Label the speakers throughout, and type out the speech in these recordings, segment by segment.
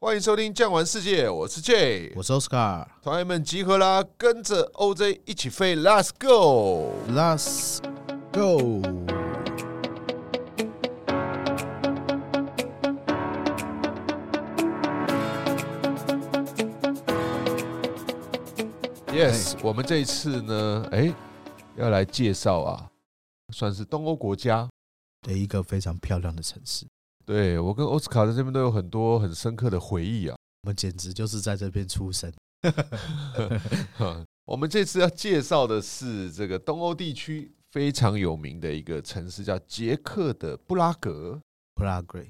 Speaker 1: 欢迎收听《酱玩世界》，我是 J，
Speaker 2: 我是 Oscar。
Speaker 1: 团员们集合啦，跟着 OJ 一起飞，Let's go！
Speaker 2: Let's go。
Speaker 1: Yes，、我们这一次呢，哎，要来介绍啊，算是东欧国家。
Speaker 2: 的一个非常漂亮的城市，
Speaker 1: 对我跟奥斯卡在这边都有很多很深刻的回忆啊。
Speaker 2: 我们简直就是在这边出生。
Speaker 1: 我们这次要介绍的是这个东欧地区非常有名的一个城市，叫捷克的布拉格。
Speaker 2: p r a g e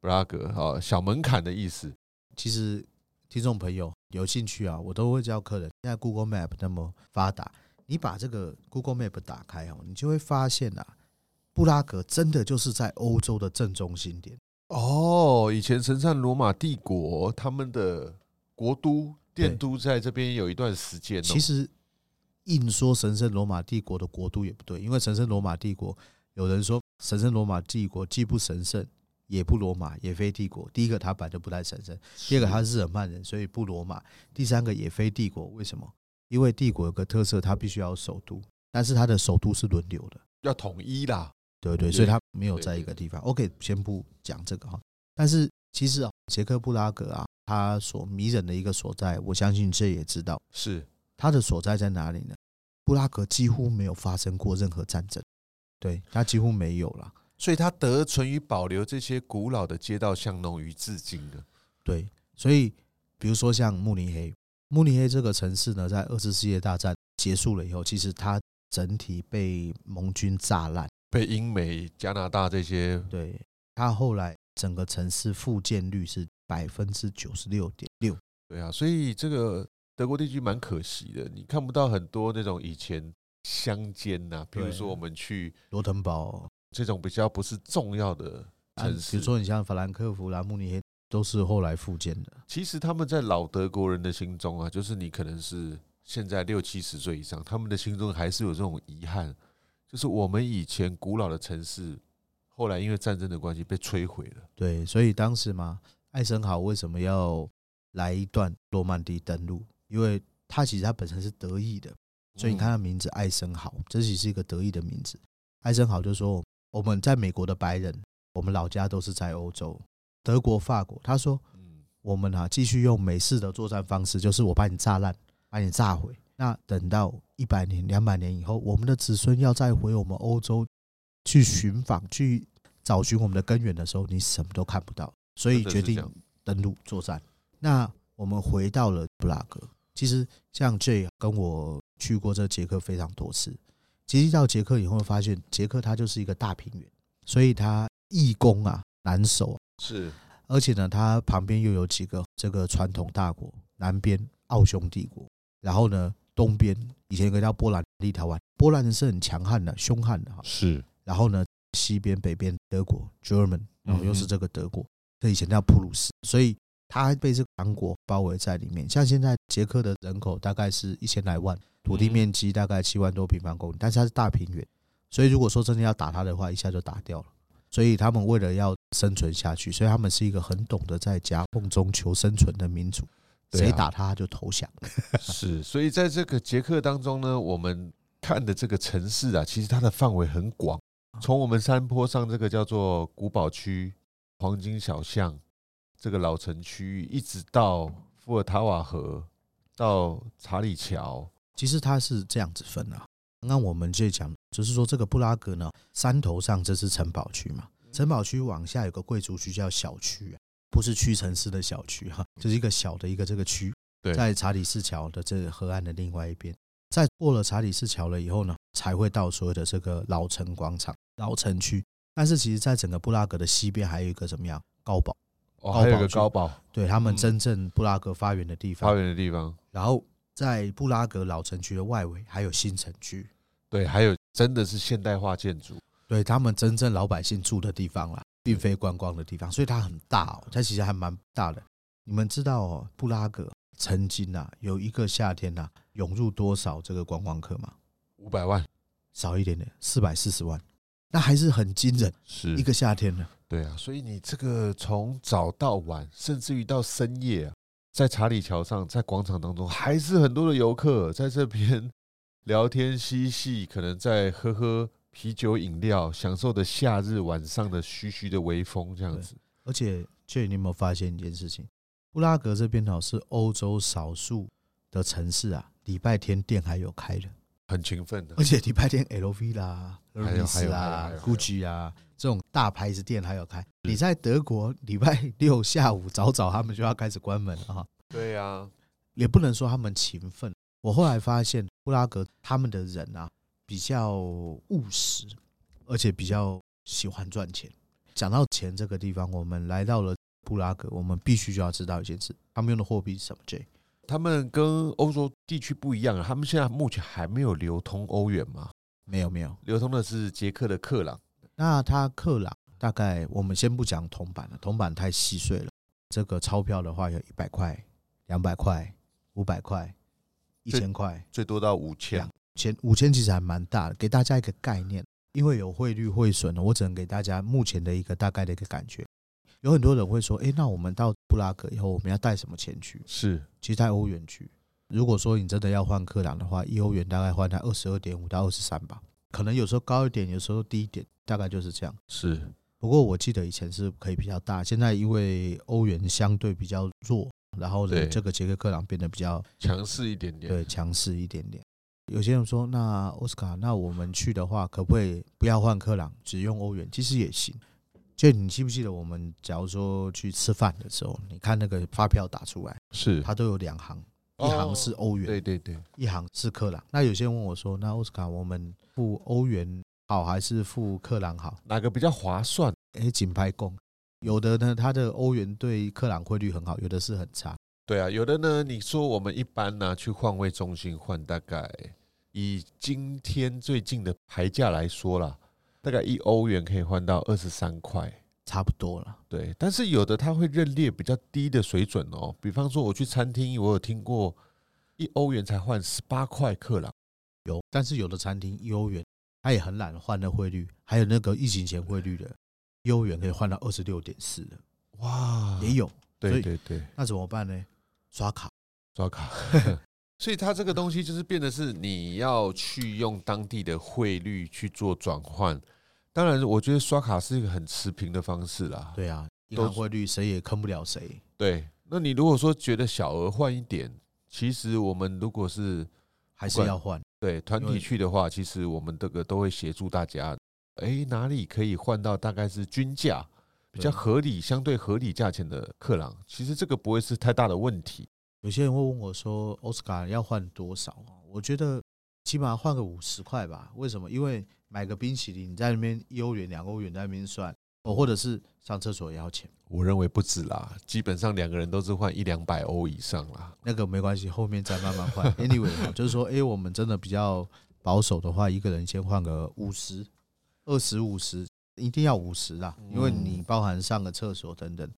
Speaker 1: 布拉格啊，小门槛的意思。
Speaker 2: 其实听众朋友有兴趣啊，我都会教客人。现在 Google Map 那么发达，你把这个 Google Map 打开哦，你就会发现啊，布拉格真的就是在欧洲的正中心点。
Speaker 1: 哦，以前神圣罗马帝国他们的国都
Speaker 2: 对
Speaker 1: 殿都在这边有一段时间、哦。
Speaker 2: 其实硬说神圣罗马帝国的国都也不对，因为神圣罗马帝国有人说神圣罗马帝国既不神圣，也不罗马，也非帝国。第一个它本来就不太神圣，第二个它是日耳曼人，所以不罗马。第三个也非帝国，为什么？因为帝国有个特色，它必须要有首都，但是它的首都是轮流的，
Speaker 1: 要统一啦，
Speaker 2: 对对，
Speaker 1: 对
Speaker 2: 所以它没有在
Speaker 1: 对
Speaker 2: 一个地方。OK，先不讲这个哈，但是其实啊，捷克布拉格啊，它所迷人的一个所在，我相信这也知道。
Speaker 1: 是
Speaker 2: 它的所在在哪里呢？布拉格几乎没有发生过任何战争，对，它几乎没有啦。
Speaker 1: 所以它得存与保留这些古老的街道巷弄于至今的。
Speaker 2: 对，所以比如说像慕尼黑，慕尼黑这个城市呢，在二次世界大战结束了以后，其实它整体被盟军炸烂，
Speaker 1: 被英美、加拿大这些
Speaker 2: 对，它后来整个城市复建率是百分之九十六点六，
Speaker 1: 对啊，所以这个德国地区蛮可惜的，你看不到很多那种以前乡间呐、比如
Speaker 2: 对
Speaker 1: 说我们去
Speaker 2: 罗滕堡
Speaker 1: 这种比较不是重要的
Speaker 2: 啊，
Speaker 1: 城
Speaker 2: 比
Speaker 1: 市，
Speaker 2: 如说你像法兰克福啦、慕尼黑，都是后来复建的。
Speaker 1: 其实他们在老德国人的心中啊，就是你可能是现在六七十岁以上，他们的心中还是有这种遗憾，就是我们以前古老的城市，后来因为战争的关系被摧毁了。
Speaker 2: 对，所以当时嘛，艾森豪为什么要来一段诺曼底登陆？因为他其实他本身是德裔的，所以你看
Speaker 1: 嗯
Speaker 2: 他名字艾森豪，这其实是一个德裔的名字。艾森豪就说：“我们在美国的白人，我们老家都是在欧洲，德国、法国。”他说
Speaker 1: 嗯，：“
Speaker 2: 我们啊，继续用美式的作战方式，就是我把你炸烂，把你炸毁。那等到一百年、两百年以后，我们的子孙要再回我们欧洲去寻访、去找寻我们的根源的时候，你什么都看不到，所以
Speaker 1: 真的
Speaker 2: 决
Speaker 1: 是这
Speaker 2: 定
Speaker 1: 样
Speaker 2: 登陆作战。那我们回到了布拉格。其实像 J 跟我去过这捷克非常多次，其实到捷克以后发现，捷克它就是一个大平原，所以它易攻啊难守啊
Speaker 1: 是
Speaker 2: 而且呢，它旁边又有几个这个传统大国，南边奥匈帝国，然后呢，东边以前有个叫波兰、立陶宛，波兰人是很强悍的、凶悍的哈。
Speaker 1: 是，
Speaker 2: 然后呢，西边、北边德国 （German），然
Speaker 1: 嗯
Speaker 2: 后又是这个德国，这以前叫普鲁士，所以它被这个强国包围在里面。像现在捷克的人口大概是一千来万，土
Speaker 1: 嗯
Speaker 2: 地面积大概七万多平方公里，但是它是大平原，所以如果说真的要打它的话，一下就打掉了。所以他们为了要生存下去，所以他们是一个很懂得在夹缝中求生存的民族，
Speaker 1: 对啊
Speaker 2: 谁打他他就投降。
Speaker 1: 是，所以在这个捷克当中呢，我们看的这个城市啊，其实它的范围很广，从我们山坡上这个叫做古堡区、黄金小巷这个老城区域，一直到伏尔塔瓦河，到查理桥，
Speaker 2: 其实它是这样子分啊。那我们就讲，就是说这个布拉格呢，山头上这是城堡区嘛，城堡区往下有个贵族区叫小区、啊，不是屈臣氏的小区哈、就是一个小的一个这个区。
Speaker 1: 对
Speaker 2: 在查理士桥的这个河岸的另外一边，在过了查理士桥了以后呢，才会到所谓的这个老城广场、老城区。但是其实，在整个布拉格的西边还有一个怎么样高堡，
Speaker 1: 哦，
Speaker 2: 高
Speaker 1: 还有一
Speaker 2: 堡
Speaker 1: 个
Speaker 2: 区
Speaker 1: 高堡
Speaker 2: 对他们
Speaker 1: 嗯
Speaker 2: 真正布拉格发源的地
Speaker 1: 花
Speaker 2: 方。
Speaker 1: 园的地方，
Speaker 2: 然后在布拉格老城区的外围还有新城区，
Speaker 1: 对，还有真的是现代化建筑，
Speaker 2: 对他们真正老百姓住的地方啦，并非观光的地方，所以它很大哦，它其实还蛮大的。你们知道哦，布拉格曾经啊有一个夏天啊呐、涌入多少这个观光客吗？
Speaker 1: 五百万，
Speaker 2: 少一点点，四百四十万。那还是很惊人，
Speaker 1: 是
Speaker 2: 一个夏天呢。
Speaker 1: 对啊，所以你这个从早到晚，甚至于到深夜、啊，在查理桥上，在广场当中，还是很多的游客在这边 聊天嬉戏，可能在喝喝啤酒饮料，享受的夏日晚上的徐徐的微风这样子。
Speaker 2: 而且，确你有没有发现一件事情？布拉格这边岛是欧洲少数的城市啊，礼拜天店还有开的，
Speaker 1: 很勤奋的
Speaker 2: 而，且礼拜天 LV 啦、
Speaker 1: 还有还
Speaker 2: Hermes
Speaker 1: 有
Speaker 2: 啦
Speaker 1: 还有还、有
Speaker 2: GUCCI 啊这种大牌子店还有开。你在德国礼拜六下午早早他们就要开始关门了哈，
Speaker 1: 对啊，
Speaker 2: 也不能说他们勤奋。我后来发现布拉格他们的人啊比较务实，而且比较喜欢赚钱。讲到钱这个地方，我们来到了布拉格，我们必须就要知道一件事：他们用的货币是什么？J
Speaker 1: 他们跟欧洲地区不一样啊，他们现在目前还没有流通欧元嘛，
Speaker 2: 没有没有。
Speaker 1: 流通的是捷克的克朗。
Speaker 2: 那它克朗大概我们先不讲铜板了，铜板太细碎了。这个钞票的话有一百块、两百块、五百块、一千块、
Speaker 1: 最多到五千
Speaker 2: 两，千五千，其实还蛮大的，给大家一个概念。因为有汇率汇损了，我只能给大家目前的一个大概的一个感觉。有很多人会说，诶，那我们到布拉格以后，我们要带什么钱去？
Speaker 1: 是
Speaker 2: 其实带欧元去。如果说你真的要换克朗的话，一欧元大概换它二十二点五到二十三吧，可能有时候高一点，有时候低一点，大概就是这样。
Speaker 1: 是，
Speaker 2: 不过我记得以前是可以比较大，现在因为欧元相对比较弱，然后呢，
Speaker 1: 对
Speaker 2: 这个捷克克朗变得比较
Speaker 1: 强势一点点。
Speaker 2: 对强势一点点。有些人说，那奥斯卡，那我们去的话，可不可以不要换克朗，只用欧元？其实也行。就你记不记得，我们假如说去吃饭的时候，你看那个发票打出来，
Speaker 1: 是
Speaker 2: 它都有两行，一
Speaker 1: 哦
Speaker 2: 行是欧元，
Speaker 1: 对对对，
Speaker 2: 一行是克朗。那有些人问我说，那奥斯卡，我们付欧元好还是付克朗好？
Speaker 1: 哪个比较划算？
Speaker 2: 诶，紧拍供。有的呢，它的欧元对克朗汇率很好，有的是很差。
Speaker 1: 对啊，有的呢，你说我们一般呢、去换位中心换，大概以今天最近的牌价来说啦，大概一欧元可以换到二十三块。
Speaker 2: 差不多了。
Speaker 1: 对，但是有的它会认列比较低的水准哦，比方说我去餐厅，我有听过一欧元才换十八块克朗，
Speaker 2: 有，但是有的餐厅一欧元，它也很懒换的汇率，还有那个疫情前汇率的一欧元可以换到二十六点四的，
Speaker 1: 哇
Speaker 2: 也有。所
Speaker 1: 对
Speaker 2: 以
Speaker 1: 对对，
Speaker 2: 那怎么办呢？刷卡。
Speaker 1: 刷卡。 所以它这个东西就是变得是你要去用当地的汇率去做转换。当然，我觉得刷卡是一个很持平的方式啦。
Speaker 2: 对啊，银
Speaker 1: 都
Speaker 2: 行汇率谁也坑不了谁。
Speaker 1: 对，那你如果说觉得小额换一点，其实我们如果是
Speaker 2: 还
Speaker 1: 不
Speaker 2: 是
Speaker 1: 管
Speaker 2: 要换，
Speaker 1: 对团
Speaker 2: 因
Speaker 1: 体
Speaker 2: 为
Speaker 1: 去的话，其实我们这个都会协助大家，哎，哪里可以换到大概是均价比较
Speaker 2: 对
Speaker 1: 合理、相对合理价钱的克朗，其实这个不会是太大的问题。
Speaker 2: 有些人会问我说：“奥斯卡要换多少啊？”我觉得起码换个五十块吧。为什么？因为买个冰淇淋你在那边一欧元、两欧元在那边算，哦，或者是上厕所也要钱。
Speaker 1: 我认为不止啦，基本上两个人都是换一两百欧以上啦。
Speaker 2: 那个没关系，后面再慢慢换。Anyway，哈就是说，哎、我们真的比较保守的话，一个人先换个五十、二十、五十，一定要五十啦，因为你包含上个厕所等等。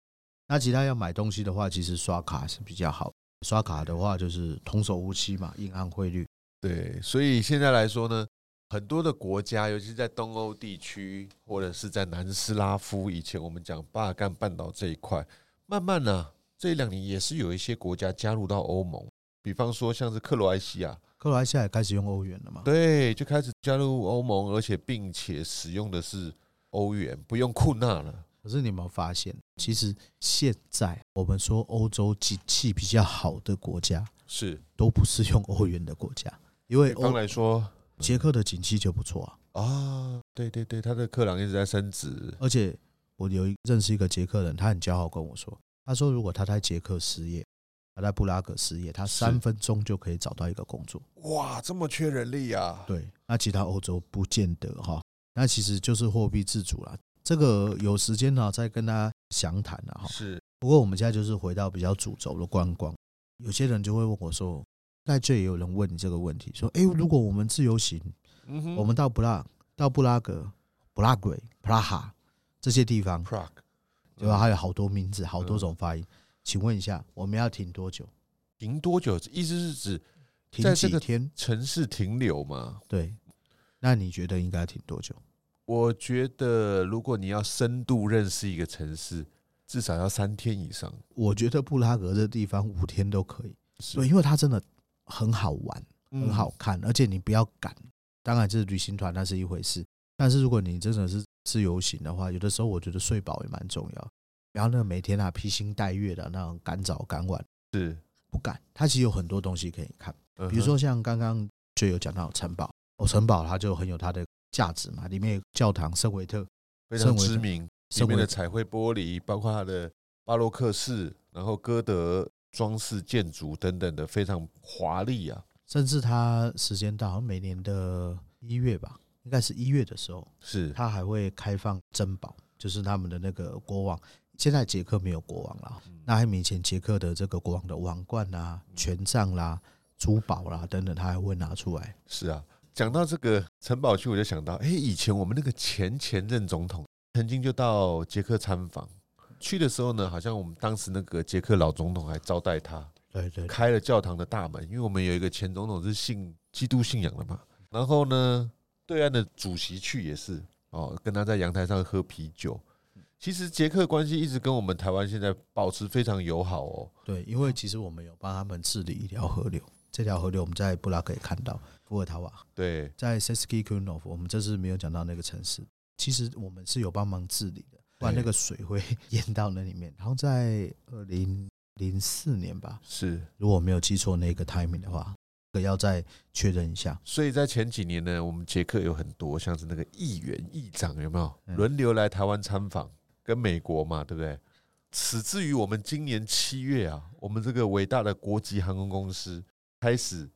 Speaker 2: 那其他要买东西的话，其实刷卡是比较好。刷卡的话就是童叟无欺嘛，硬按汇率。
Speaker 1: 对，所以现在来说呢，很多的国家，尤其是在东欧地区，或者是在南斯拉夫，以前我们讲巴尔干半岛这一块，慢慢呢、这一两年也是有一些国家加入到欧盟，比方说像是克罗埃西亚，
Speaker 2: 克罗埃西亚也开始用欧元了
Speaker 1: 啊
Speaker 2: 嘛？
Speaker 1: 对，就开始加入欧盟，而且并且使用的是欧元，不用库纳了。
Speaker 2: 可是你有没有发现，其实现在我们说欧洲景气比较好的国家，
Speaker 1: 是，
Speaker 2: 都不是用欧元的国家，因为
Speaker 1: 比方
Speaker 2: 欧
Speaker 1: 来说
Speaker 2: 捷克的景气就不错啊。
Speaker 1: 啊，对对对，他的克朗一直在升值，
Speaker 2: 而且我有一认识一个捷克人，他很骄傲跟我说，他说如果他在捷克失业，他在布拉格失业，他
Speaker 1: 是
Speaker 2: 三分钟就可以找到一个工作。
Speaker 1: 哇，这么缺人力啊！
Speaker 2: 对，那其他欧洲不见得哈。那其实就是货币自主啦，这个有时间呢再跟大家详谈了哈。
Speaker 1: 是
Speaker 2: 不过我们现在就是回到比较主轴的观光，有些人就会问我说，在这也有人问你这个问题，说，诶，如果我们自由行，
Speaker 1: 嗯哼
Speaker 2: 我们到布拉到布拉格、布拉圭、布拉哈这些地方，
Speaker 1: Prague，
Speaker 2: 对
Speaker 1: 嗯
Speaker 2: 吧？还有好多名字，好多种发音。请问一下，我们要停多久？
Speaker 1: 停多久？意思是指
Speaker 2: 停
Speaker 1: 在这
Speaker 2: 几
Speaker 1: 个
Speaker 2: 天？
Speaker 1: 城市停留嘛？
Speaker 2: 对，那你觉得应该停多久？
Speaker 1: 我觉得如果你要深度认识一个城市，至少要三天以上。
Speaker 2: 我觉得布拉格这地方五天都可以，对，
Speaker 1: 是，
Speaker 2: 因为它真的很好玩，
Speaker 1: 嗯
Speaker 2: 很好看，而且你不要赶。当然，这是旅行团那是一回事，但是如果你真的是自由行的话，有的时候我觉得睡饱也蛮重要。然后呢，每天啊披星戴月的那种赶早赶晚
Speaker 1: 是，嗯
Speaker 2: 不赶，它其实有很多东西可以看，
Speaker 1: 嗯哼
Speaker 2: 比如说像刚刚就有讲到城堡，哦，城堡它就很有它的价值嘛，里面有教堂圣维特，
Speaker 1: 非常
Speaker 2: 圣维
Speaker 1: 知
Speaker 2: 的
Speaker 1: 名，里
Speaker 2: 圣维
Speaker 1: 面的
Speaker 2: 特
Speaker 1: 彩绘玻璃，包括它的巴洛克式，然后歌德装饰建筑等等的，非常华丽啊。
Speaker 2: 甚至它时间到，好像每年的一月吧，应该是一月的时候，
Speaker 1: 是，
Speaker 2: 它还会开放珍宝，就是他们的那个国王。现在捷克没有国王了，那还有以前捷克的这个国王的王冠啦、权杖啦、珠宝啦等等，他还会拿出来。
Speaker 1: 是啊，讲到这个城堡区，我就想到，哎，以前我们那个前前任总统曾经就到捷克参访，去的时候呢，好像我们当时那个捷克老总统还招待他，
Speaker 2: 对对
Speaker 1: 开了教堂的大门，因为我们有一个前总统是信基督信仰的嘛。然后呢，对岸的主席去也是哦，跟他在阳台上喝啤酒。其实捷克关系一直跟我们台湾现在保持非常友好哦。
Speaker 2: 对，因为其实我们有帮他们治理一条河流，这条河流我们在布拉格也看到，伏尔塔瓦
Speaker 1: 对，
Speaker 2: 在 s e s k i k u n o v 我们这次没有讲到那个城市，其实我们是有帮忙治理的，不然那个水会淹到那里面。然后在二零零四年吧，
Speaker 1: 是。
Speaker 2: 如果我没有记错那个 timing 的话，这个要再确认一下。
Speaker 1: 所以在前几年呢，我们捷克有很多像是那个议员、议长有没有
Speaker 2: 嗯
Speaker 1: 轮流来台湾参访，跟美国嘛，对不对？此至于我们今年七月啊，我们这个伟大的国际航空公司开始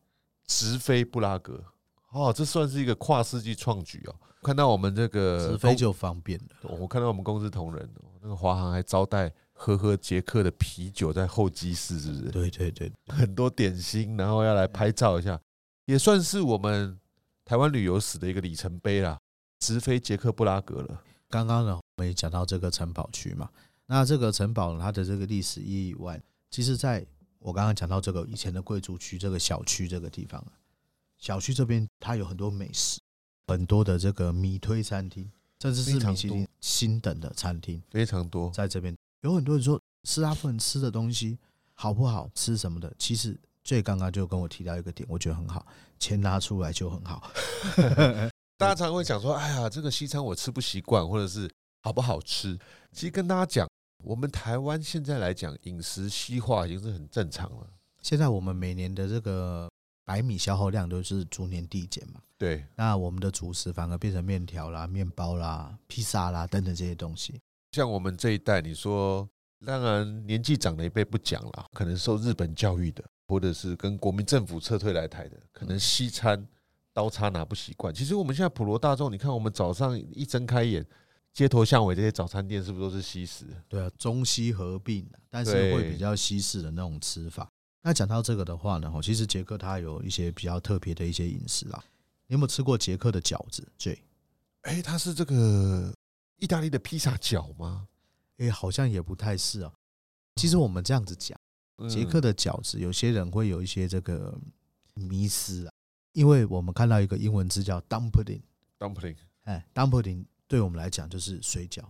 Speaker 1: 直飞布拉格，哦，这算是一个跨世纪创举哦。看到我们这个
Speaker 2: 直飞就方便了。
Speaker 1: 公，我看到我们公司同仁，哦那个华航还招待喝喝捷克的啤酒在候机室，是不是？
Speaker 2: 对对对，
Speaker 1: 很多点心，然后要来拍照一下，也算是我们台湾旅游史的一个里程碑啦。直飞捷克布拉格了，
Speaker 2: 刚刚呢，我们也讲到这个城堡区嘛，那这个城堡呢它的这个历史意义以外，其实在我刚刚讲到这个以前的贵族区这个小区这个地方啊，小区这边它有很多美食，很多的这个米推餐厅，甚至
Speaker 1: 非
Speaker 2: 是
Speaker 1: 常
Speaker 2: 米其林新等的餐厅，
Speaker 1: 非常多。
Speaker 2: 在这边有很多人说斯拉夫人吃的东西好不好吃什么的，其实最刚刚就跟我提到一个点，我觉得很好，钱拿出来就很好。
Speaker 1: 大家常会讲说：“哎呀，这个西餐我吃不习惯，或者是好不好吃？”其实跟大家讲，我们台湾现在来讲，饮食西化已经是很正常了。
Speaker 2: 现在我们每年的这个白米消耗量都是逐年递减嘛，
Speaker 1: 对，
Speaker 2: 那我们的主食反而变成面条啦、面包啦、披萨啦等等这些东西。
Speaker 1: 像我们这一代，你说，当然年纪长了一辈不讲了，可能受日本教育的，或者是跟国民政府撤退来台的，可能西餐刀叉拿不习惯。其实我们现在普罗大众，你看我们早上一睁开眼，街头巷尾这些早餐店是不是都是西食？
Speaker 2: 对啊，中西合并啊，但是
Speaker 1: 对
Speaker 2: 会比较西式的那种吃法。那讲到这个的话呢，吼，其实捷克它有一些比较特别的一些饮食啊。你有没有吃过捷克的饺子？对，
Speaker 1: 哎，它是这个意大利的披萨饺吗？
Speaker 2: 诶、好像也不太是哦。其实我们这样子讲，
Speaker 1: 嗯
Speaker 2: 捷克的饺子，有些人会有一些这个迷思啊，因为我们看到一个英文字叫 dumpling，
Speaker 1: dumpling
Speaker 2: 哎，dumpling 对我们来讲就是水饺。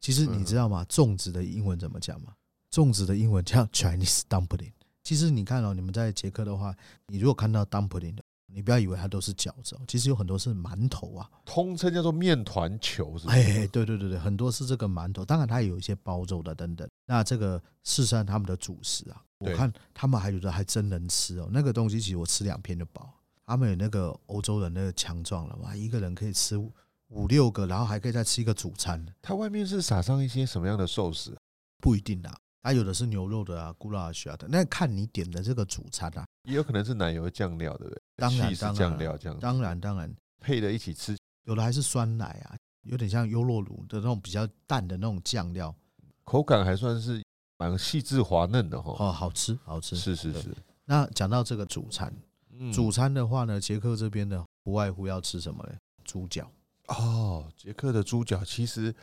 Speaker 2: 其实你知道吗？粽子的英文怎么讲吗？粽子的英文叫 Chinese dumpling。其实你看哦，你们在捷克的话，你如果看到 dumpling 的，你不要以为它都是饺子哦，其实有很多是馒头啊。
Speaker 1: 通称叫做面团球，是不是？
Speaker 2: 哎，对对对对，很多是这个馒头，当然它也有一些包肉的等等。那这个是算他们的主食啊，我
Speaker 1: 对
Speaker 2: 看他们还有的还真能吃哦，那个东西其实我吃两片就饱。他们有那个欧洲人那个强壮了嘛，一个人可以吃五五六个，然后还可以再吃一个主餐，
Speaker 1: 它外面是撒上一些什么样的寿司？
Speaker 2: 不一定啊。它有的是牛肉的啊，咕拉雪啊的，那看你点的这个主餐啊。
Speaker 1: 也有可能是奶油酱料，对不对？
Speaker 2: 当然
Speaker 1: cheese
Speaker 2: 当然
Speaker 1: 酱料这样子
Speaker 2: 当然当然，
Speaker 1: 配的一起吃，
Speaker 2: 有的还是酸奶啊，有点像优酪乳的那种比较淡的那种酱料，
Speaker 1: 口感还算是蛮细致滑嫩的哈。
Speaker 2: 哦，好吃好吃。
Speaker 1: 是是
Speaker 2: 对
Speaker 1: 是，
Speaker 2: 那讲到这个主餐，
Speaker 1: 嗯
Speaker 2: 主餐的话呢，捷克这边呢，不外乎要吃什么嘞？猪脚。
Speaker 1: 哦，捷克的猪脚其实，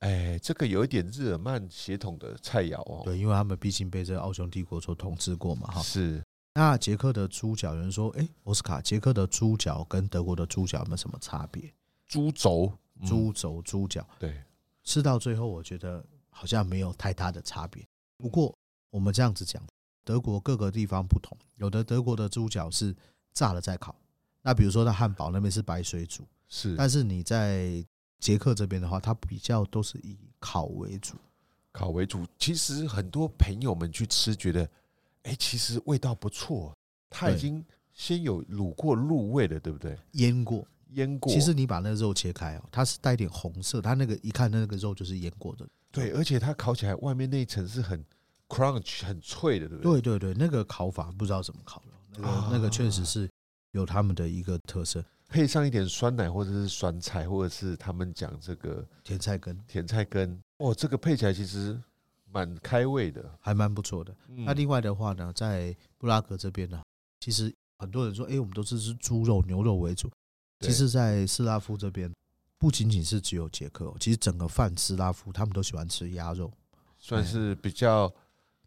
Speaker 1: 哎，这个有一点日耳曼血统的菜肴哦。
Speaker 2: 对，因为他们毕竟被这个奥匈帝国所统治过嘛，哈。
Speaker 1: 是
Speaker 2: 那捷克的猪脚，有人说，哎，奥斯卡，捷克的猪脚跟德国的猪脚有没有什么差别？
Speaker 1: 猪肘，嗯
Speaker 2: 猪肘、猪脚，
Speaker 1: 对，
Speaker 2: 吃到最后，我觉得好像没有太大的差别。不过我们这样子讲，德国各个地方不同，有的德国的猪脚是炸了再烤，那比如说在汉堡那边是白水煮，
Speaker 1: 是
Speaker 2: 但是你在捷克这边的话，它比较都是以烤为主。
Speaker 1: 烤为主。其实很多朋友们去吃，觉得，哎，其实味道不错，它已
Speaker 2: 对
Speaker 1: 经先有卤过入味了，对不对？
Speaker 2: 腌过，
Speaker 1: 腌过，
Speaker 2: 其实你把那个肉切开哦，它是带点红色，它那个一看那个肉就是腌过的。
Speaker 1: 对，而且它烤起来外面那一层是很 crunch 很脆的，对不对？啊
Speaker 2: 对对对，那个烤法不知道怎么烤的，那个、那个确实是有他们的一个特色，
Speaker 1: 配上一点酸奶或者是酸菜，或者是他们讲这个
Speaker 2: 甜菜根
Speaker 1: 甜菜根，哦，这个配起来其实蛮开胃的。
Speaker 2: 还蛮不错的。
Speaker 1: 嗯
Speaker 2: 那另外的话呢，在布拉格这边呢，其实很多人说，哎、我们都是吃猪肉、牛肉为主。
Speaker 1: 对
Speaker 2: 其实，在斯拉夫这边，不仅仅是只有捷克、哦，其实整个泛斯拉夫他们都喜欢吃鸭肉。
Speaker 1: 算是比较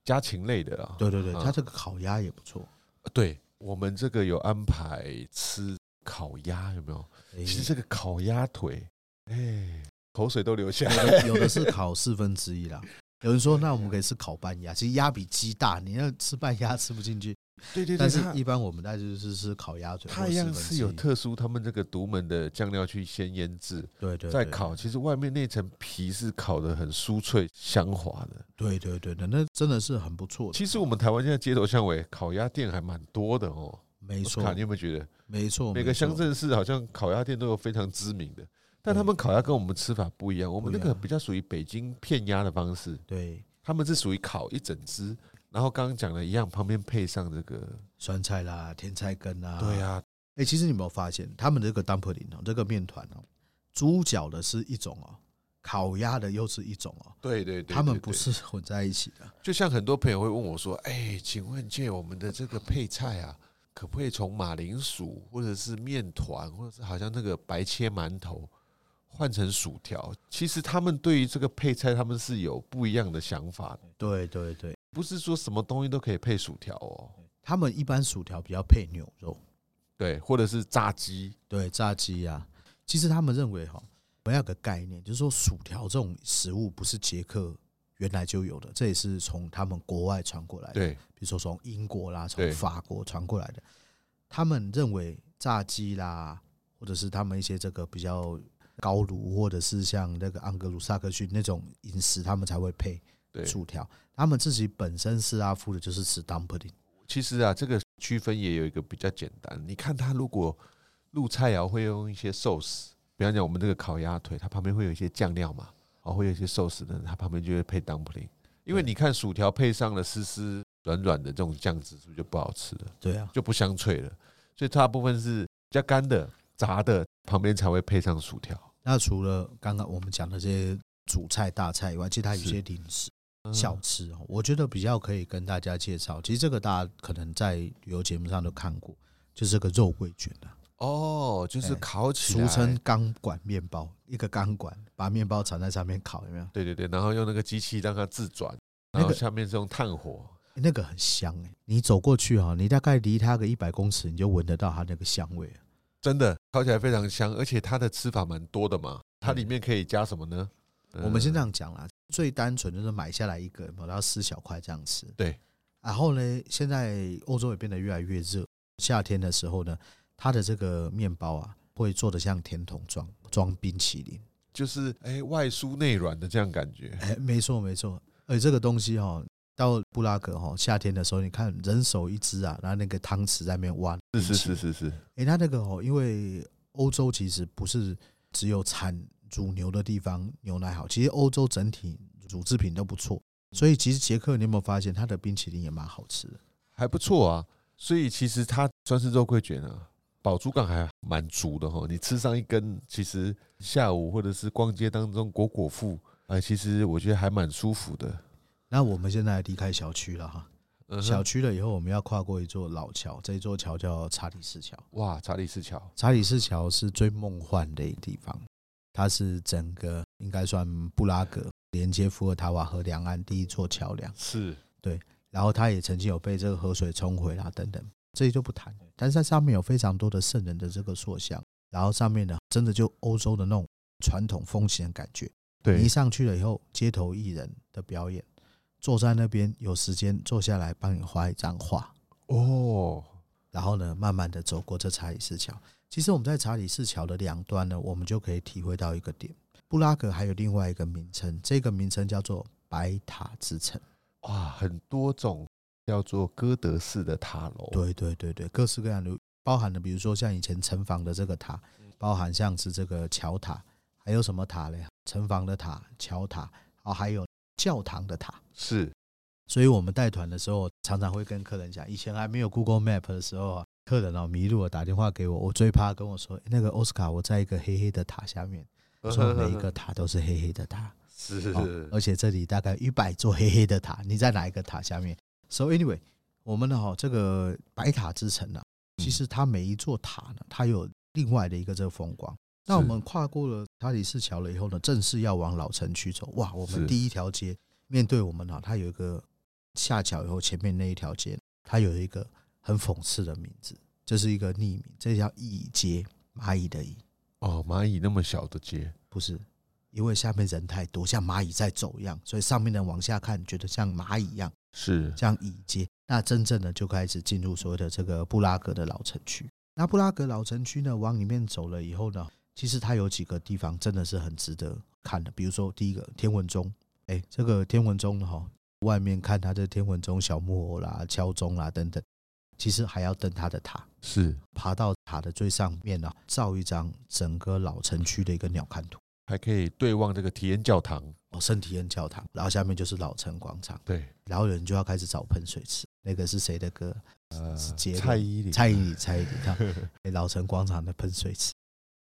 Speaker 1: 家禽类的啦。
Speaker 2: 对对对，
Speaker 1: 啊
Speaker 2: 它这个烤鸭也不 错。
Speaker 1: 对，我们这个有安排吃烤鸭，有没有？
Speaker 2: 诶
Speaker 1: 其实这个烤鸭腿，哎，口水都流下
Speaker 2: 有
Speaker 1: 来。
Speaker 2: 的有的是烤四分之一啦。有人说，那我们可以吃烤半鸭，其实鸭比鸡大，你要吃半鸭吃不进去。
Speaker 1: 对对对，
Speaker 2: 但是
Speaker 1: 它
Speaker 2: 一般我们大概就是吃烤鸭腿或
Speaker 1: 它
Speaker 2: 四分
Speaker 1: 一
Speaker 2: 之一，
Speaker 1: 样是有特殊，他们这个独门的酱料去先腌制，
Speaker 2: 对对
Speaker 1: 再
Speaker 2: 对
Speaker 1: 烤。其实外面那层皮是烤的很酥脆香滑的。
Speaker 2: 对对对对，那真的是很不错的。
Speaker 1: 其实我们台湾现在街头巷尾烤鸭店还蛮多的哦。
Speaker 2: 没错，
Speaker 1: 卡，你有没有觉得
Speaker 2: 没错，
Speaker 1: 每个
Speaker 2: 哦没错
Speaker 1: 乡镇市好像烤鸭店都有非常知名的？但
Speaker 2: 对
Speaker 1: 他们烤鸭跟我们吃法不一样，我们
Speaker 2: 不
Speaker 1: 那
Speaker 2: 一
Speaker 1: 个
Speaker 2: 样
Speaker 1: 比较属于北京片鸭的方式，
Speaker 2: 对
Speaker 1: 他们是属于烤一整只，然后刚刚讲的一样，旁边配上这个，
Speaker 2: 酸菜啦、甜菜根啦，
Speaker 1: 对。啊，
Speaker 2: 哎，其实你有没有发现，他们这个 dumpling 哦，这个面团哦，猪脚的是一种哦，烤鸭的又是一种哦，
Speaker 1: 对对对，
Speaker 2: 他们
Speaker 1: 对
Speaker 2: 不
Speaker 1: 对
Speaker 2: 是混在一起的。
Speaker 1: 就像很多朋友会问我说：“哎，请问借我们的这个配菜啊，可不可以从马铃薯或者是面团，或者是好像那个白切馒头换成薯条？”其实他们对于这个配菜，他们是有不一样的想法的，
Speaker 2: 对对对，
Speaker 1: 不是说什么东西都可以配薯条哦，
Speaker 2: 他们一般薯条比较配牛肉，
Speaker 1: 对，或者是炸鸡，
Speaker 2: 对炸鸡呀、其实他们认为哈、我们要有个概念，就是说薯条这种食物不是捷克原来就有的，这也是从他们国外传过来的。
Speaker 1: 对
Speaker 2: 比如说从英国啦、
Speaker 1: 对
Speaker 2: 从法国传过来的，他们认为炸鸡啦，或者是他们一些这个比较高炉，或者是像那个盎格鲁撒克逊那种饮食，他们才会配
Speaker 1: 对。
Speaker 2: 薯条。他们自己本身斯拉夫的就是吃 dumpling，
Speaker 1: 其实啊，这个区分也有一个比较简单，你看它如果入菜肴会用一些寿司，比方讲我们这个烤鸭腿，它旁边会有一些酱料嘛，哦，会有一些寿司的，它旁边就会配 dumpling。因为
Speaker 2: 对
Speaker 1: 你看薯条配上了丝丝软软的这种酱汁，是不是就不好吃了，
Speaker 2: 对啊，
Speaker 1: 就不香脆了？所以大部分是比较干的、炸的，旁边才会配上薯条。
Speaker 2: 那除了刚刚我们讲的这些主菜大菜以外，其实它有
Speaker 1: 是
Speaker 2: 一些零食
Speaker 1: 嗯
Speaker 2: 小吃哦，我觉得比较可以跟大家介绍。其实这个大家可能在旅游节目上都看过，就是这个肉桂卷啊，
Speaker 1: 哦，就是
Speaker 2: 哎
Speaker 1: 烤起来，
Speaker 2: 俗称钢管面包，一个钢管把面包缠在上面烤，有没有？
Speaker 1: 对对对，然后用那个机器让它自转，
Speaker 2: 那
Speaker 1: 然
Speaker 2: 个
Speaker 1: 后下面是用炭火，
Speaker 2: 那个很香哎、你走过去啊，你大概离它个一百公尺，你就闻得到它那个香味了。
Speaker 1: 真的烤起来非常香，而且它的吃法蛮多的嘛。它
Speaker 2: 对
Speaker 1: 里面可以加什么呢？呃
Speaker 2: 我们先
Speaker 1: 在
Speaker 2: 这样讲啦，最单纯就是买下来一个，然后撕小块这样吃。
Speaker 1: 对。
Speaker 2: 然后呢，现在欧洲也变得越来越热，夏天的时候呢，它的这个面包啊，会做的像甜筒装，装冰淇淋。
Speaker 1: 就是哎、外酥内软的这样感觉。
Speaker 2: 哎，没错没错，而且这个东西哦，到布拉格哦，夏天的时候，你看人手一只啊，然后那个汤匙在那边挖，
Speaker 1: 是是是是是，
Speaker 2: 哎、它那个哦，因为欧洲其实不是只有产乳牛的地方牛奶好，其实欧洲整体乳制品都不错，所以其实捷克你有没有发现它的冰淇淋也蛮好吃的？
Speaker 1: 还不错啊。所以其实它算是肉桂卷啊，饱足感还蛮足的哈。你吃上一根，其实下午或者是逛街当中果果腹，哎、其实我觉得还蛮舒服的。
Speaker 2: 那我们现在离开小区了哈，
Speaker 1: 嗯哼
Speaker 2: 小区了以后，我们要跨过一座老桥，这一座桥叫查理士桥。
Speaker 1: 哇，查理士桥，
Speaker 2: 查理士桥是最梦幻的一个地方，它是整个应该算布拉格连接伏尔塔瓦河两岸第一座桥梁。
Speaker 1: 是
Speaker 2: 然后它也曾经有被这个河水冲毁啦，等等，这些就不谈。但是它上面有非常多的圣人的这个塑像，然后上面呢，真的就欧洲的那种传统风情的感觉。你一
Speaker 1: 对，
Speaker 2: 上去了以后，街头艺人的表演，坐在那边有时间坐下来帮你画一张画，
Speaker 1: 哦，
Speaker 2: 然后呢，慢慢的走过这查理士桥。其实我们在查理士桥的两端呢，我们就可以体会到一个点，布拉格还有另外一个名称，这个名称叫做白塔之城。
Speaker 1: 哇，很多种叫做哥德式的塔楼，，
Speaker 2: 对对对对，各式各样的，包含了比如说像以前城防的这个塔，包含像是这个桥塔，还有什么塔嘞？城防的塔、桥塔，哦，还有教堂的塔。
Speaker 1: 是
Speaker 2: 所以我们带团的时候，常常会跟客人讲，以前还没有 Google Map 的时候啊，客人哦迷路了打电话给我，我最怕跟我说，诶那个奥斯卡，我在一个黑黑的塔下面，说每一个塔都是黑黑的塔，
Speaker 1: 是
Speaker 2: 哦而且这里大概一百座黑黑的塔， 你在哪一个塔下面？So anyway，我们的哈、这个白塔之城呢、啊，
Speaker 1: 嗯
Speaker 2: 其实它每一座塔呢，它有另外的一个这个风光。那我们跨过了查理士桥了以后呢，正式要往老城区走。哇，我
Speaker 1: 是
Speaker 2: 们第一条街面对我们啊，它有一个下桥以后前面那一条街，它有一个很讽刺的名字，这是一个匿名，这叫蚁街，蚂蚁的蚁，
Speaker 1: 哦，蚂蚁那么小的街，
Speaker 2: 不是，因为下面人太多，像蚂蚁在走一样，所以上面人往下看，觉得像蚂蚁一样，
Speaker 1: 是
Speaker 2: 像蚁街。那真正的就开始进入所谓的这个布拉格的老城区。那布拉格老城区呢，往里面走了以后呢，其实它有几个地方真的是很值得看的，比如说第一个天文钟，哎，这个天文钟呢，哈，外面看它的天文钟小木偶啦、敲钟啦等等，其实还要登它的塔。
Speaker 1: 是，
Speaker 2: 爬到塔的最上面呢、照一张整个老城区的一个鸟瞰图。
Speaker 1: 还可以对望这个体验教堂，
Speaker 2: 哦，圣体恩教堂，然后下面就是老城广场，
Speaker 1: 对，
Speaker 2: 然后有人就要开始找喷水池。那个是谁的歌？
Speaker 1: 呃
Speaker 2: 是街，
Speaker 1: 蔡依林，
Speaker 2: 蔡依林，蔡依林，看诶老城广场的喷水池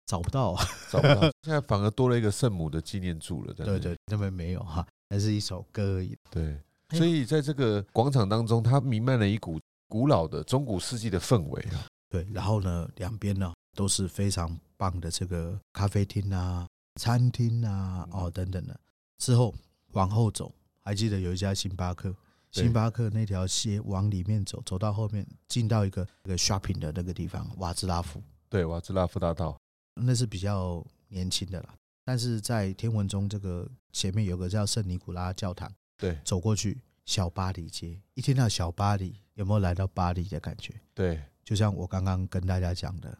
Speaker 2: 找不到、啊，
Speaker 1: 找不到，现在反而多了一个圣母的纪念柱了，在那
Speaker 2: 对对，那边没有哈、那是一首歌而已。
Speaker 1: 对，
Speaker 2: 哎
Speaker 1: 所以在这个广场当中，它弥漫了一股古老的中古世纪的氛围啊，
Speaker 2: 对，然后呢，两边呢都是非常棒的这个咖啡厅啊、餐厅啊，哦等等的。之后往后走，还记得有一家星巴克，
Speaker 1: 对
Speaker 2: 星巴克那条街往里面走，走到后面进到一个一个 shopping 的那个地方，瓦兹拉夫，
Speaker 1: 对，瓦兹拉夫大道，
Speaker 2: 那是比较年轻的啦。但是在天文中，这个前面有个叫圣尼古拉教堂，
Speaker 1: 对
Speaker 2: 走过去小巴黎街，一听到小巴黎，有没有来到巴黎的感觉？
Speaker 1: 对，
Speaker 2: 就像我刚刚跟大家讲的，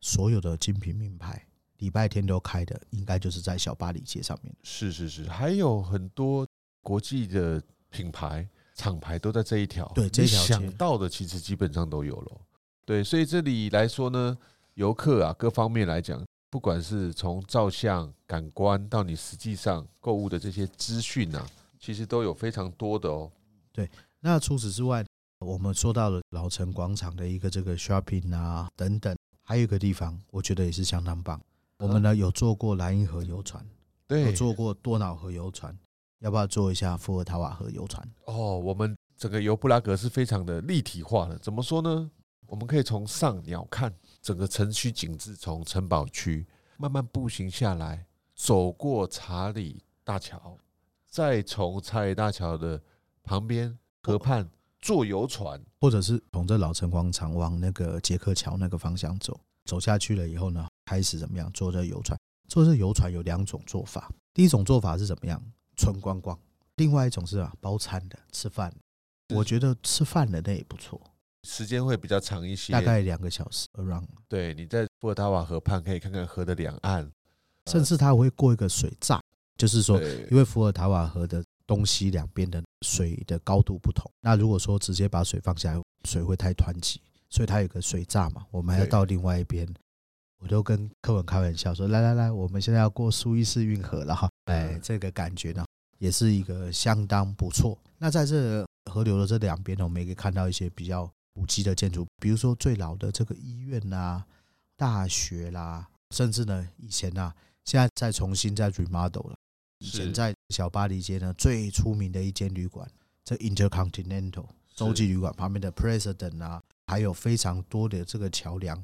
Speaker 2: 所有的精品名牌礼拜天都开的，应该就是在小巴黎街上面。
Speaker 1: 是是是，还有很多国际的品牌厂牌都在这一条，
Speaker 2: 对这
Speaker 1: 你
Speaker 2: 一条街
Speaker 1: 想到的其实基本上都有了，对，所以这里来说呢，游客啊各方面来讲。不管是从照相、感官到你实际上购物的这些资讯啊，其实都有非常多的哦。
Speaker 2: 那除此之外，我们说到了老城广场的一个这个 shopping 啊等等，还有一个地方，我觉得也是相当棒。我们呢有坐过莱茵河游船，有
Speaker 1: 对，
Speaker 2: 坐过多瑙河游船，要不要坐一下伏尔塔瓦河游船？
Speaker 1: 哦，我们整个游布拉格是非常的立体化的。怎么说呢？我们可以从上鸟看整个城区景致，从城堡区慢慢步行下来，走过查理大桥，再从查理大桥的旁边河畔坐游船。
Speaker 2: 或者是从这老城广场往那个捷克桥那个方向走，走下去了以后呢，开始怎么样坐这游船？坐这游船有两种做法，第一种做法是怎么样纯观光，另外一种是啊包餐的吃饭。
Speaker 1: 是
Speaker 2: 我觉得吃饭的那也不错，
Speaker 1: 时间会比较长一些，
Speaker 2: 大概两个小时 around，
Speaker 1: 对你在布尔达瓦河畔可以看看河的两岸，呃
Speaker 2: 甚至它会过一个水闸，就是说
Speaker 1: 对
Speaker 2: 因为伏尔塔瓦河的东西两边的水的高度不同，那如果说直接把水放下来，水会太湍急，所以它有个水闸嘛，我们还要
Speaker 1: 对
Speaker 2: 到另外一边。我都跟柯文开玩笑说：“来来来，我们现在要过苏伊士运河了哈。”
Speaker 1: 嗯
Speaker 2: 哎，这个感觉呢，也是一个相当不错。那在这河流的这两边呢，我们也可以看到一些比较古迹的建筑，比如说最老的这个医院啊啦、大学啦，甚至呢，以前啊，现在再重新再 remodel 了。以前
Speaker 1: 是
Speaker 2: 在小巴黎街呢，最出名的一间旅馆，这 Intercontinental 洲际旅馆旁边的 President 啊，还有非常多的这个桥梁，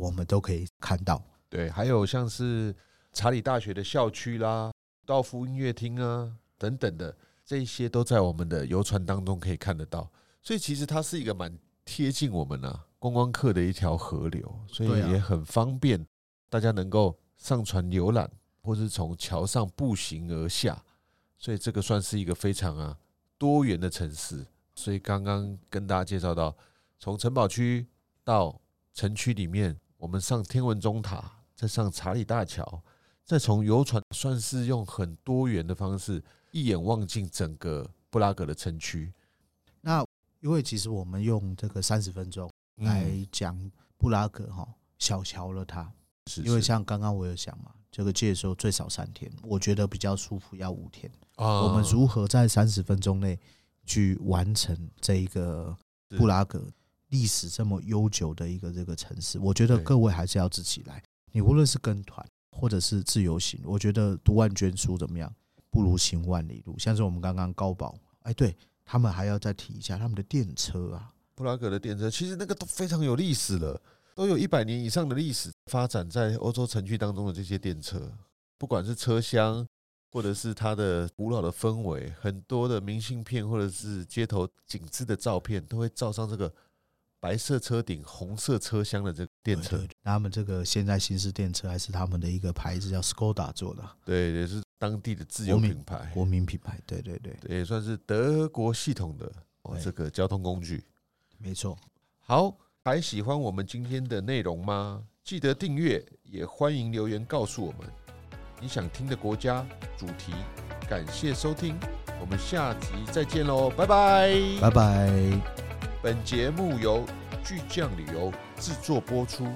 Speaker 2: 我们都可以看到。
Speaker 1: 对，还有像是查理大学的校区啦、道夫音乐厅啊等等的，这些都在我们的游船当中可以看得到。所以其实它是一个蛮贴近我们啊观光客的一条河流，所以
Speaker 2: 对啊
Speaker 1: 也很方便大家能够上船浏览，或是从桥上步行而下，所以这个算是一个非常啊多元的城市。所以刚刚跟大家介绍到，从城堡区到城区里面，我们上天文钟塔，再上查理大桥，再从游船，算是用很多元的方式，一眼望尽整个布拉格的城区。
Speaker 2: 那因为其实我们用这个三十分钟来
Speaker 1: 嗯，
Speaker 2: 讲布拉格哈，小瞧了它，
Speaker 1: 是
Speaker 2: 因为
Speaker 1: 是
Speaker 2: 像刚刚我有讲嘛，这个借的时候最少三天，我觉得比较舒服要五天。
Speaker 1: 啊
Speaker 2: 我们如何在三十分钟内去完成这一个
Speaker 1: 是
Speaker 2: 布拉格历史这么悠久的一个这个城市？我觉得
Speaker 1: 对
Speaker 2: 各位还是要自己来。你无论是跟团或者是自由行，我觉得读万卷书怎么样，不如行万里路。像是我们刚刚高保，哎，对他们还要再提一下他们的电车啊，
Speaker 1: 布拉格的电车，其实那个都非常有历史了，都有一百年以上的历史。发展在欧洲城区当中的这些电车，不管是车厢，或者是它的古老的氛围，很多的明信片或者是街头景致的照片，都会照上这个白色车顶、红色车厢的这个电车
Speaker 2: 对。对对他们这个现在新式电车还是他们的一个牌子叫 Skoda 做的
Speaker 1: 对，也是当地的自由
Speaker 2: 国民
Speaker 1: 品牌，
Speaker 2: 国民品牌，对对对，
Speaker 1: 对也算是德国系统的哦
Speaker 2: 对
Speaker 1: 这个交通工具。
Speaker 2: 没错。
Speaker 1: 好，还喜欢我们今天的内容吗？记得订阅，也欢迎留言告诉我们你想听的国家主题。感谢收听，我们下集再见喽，拜拜。
Speaker 2: 拜拜。
Speaker 1: 本节目由巨匠旅游制作播出，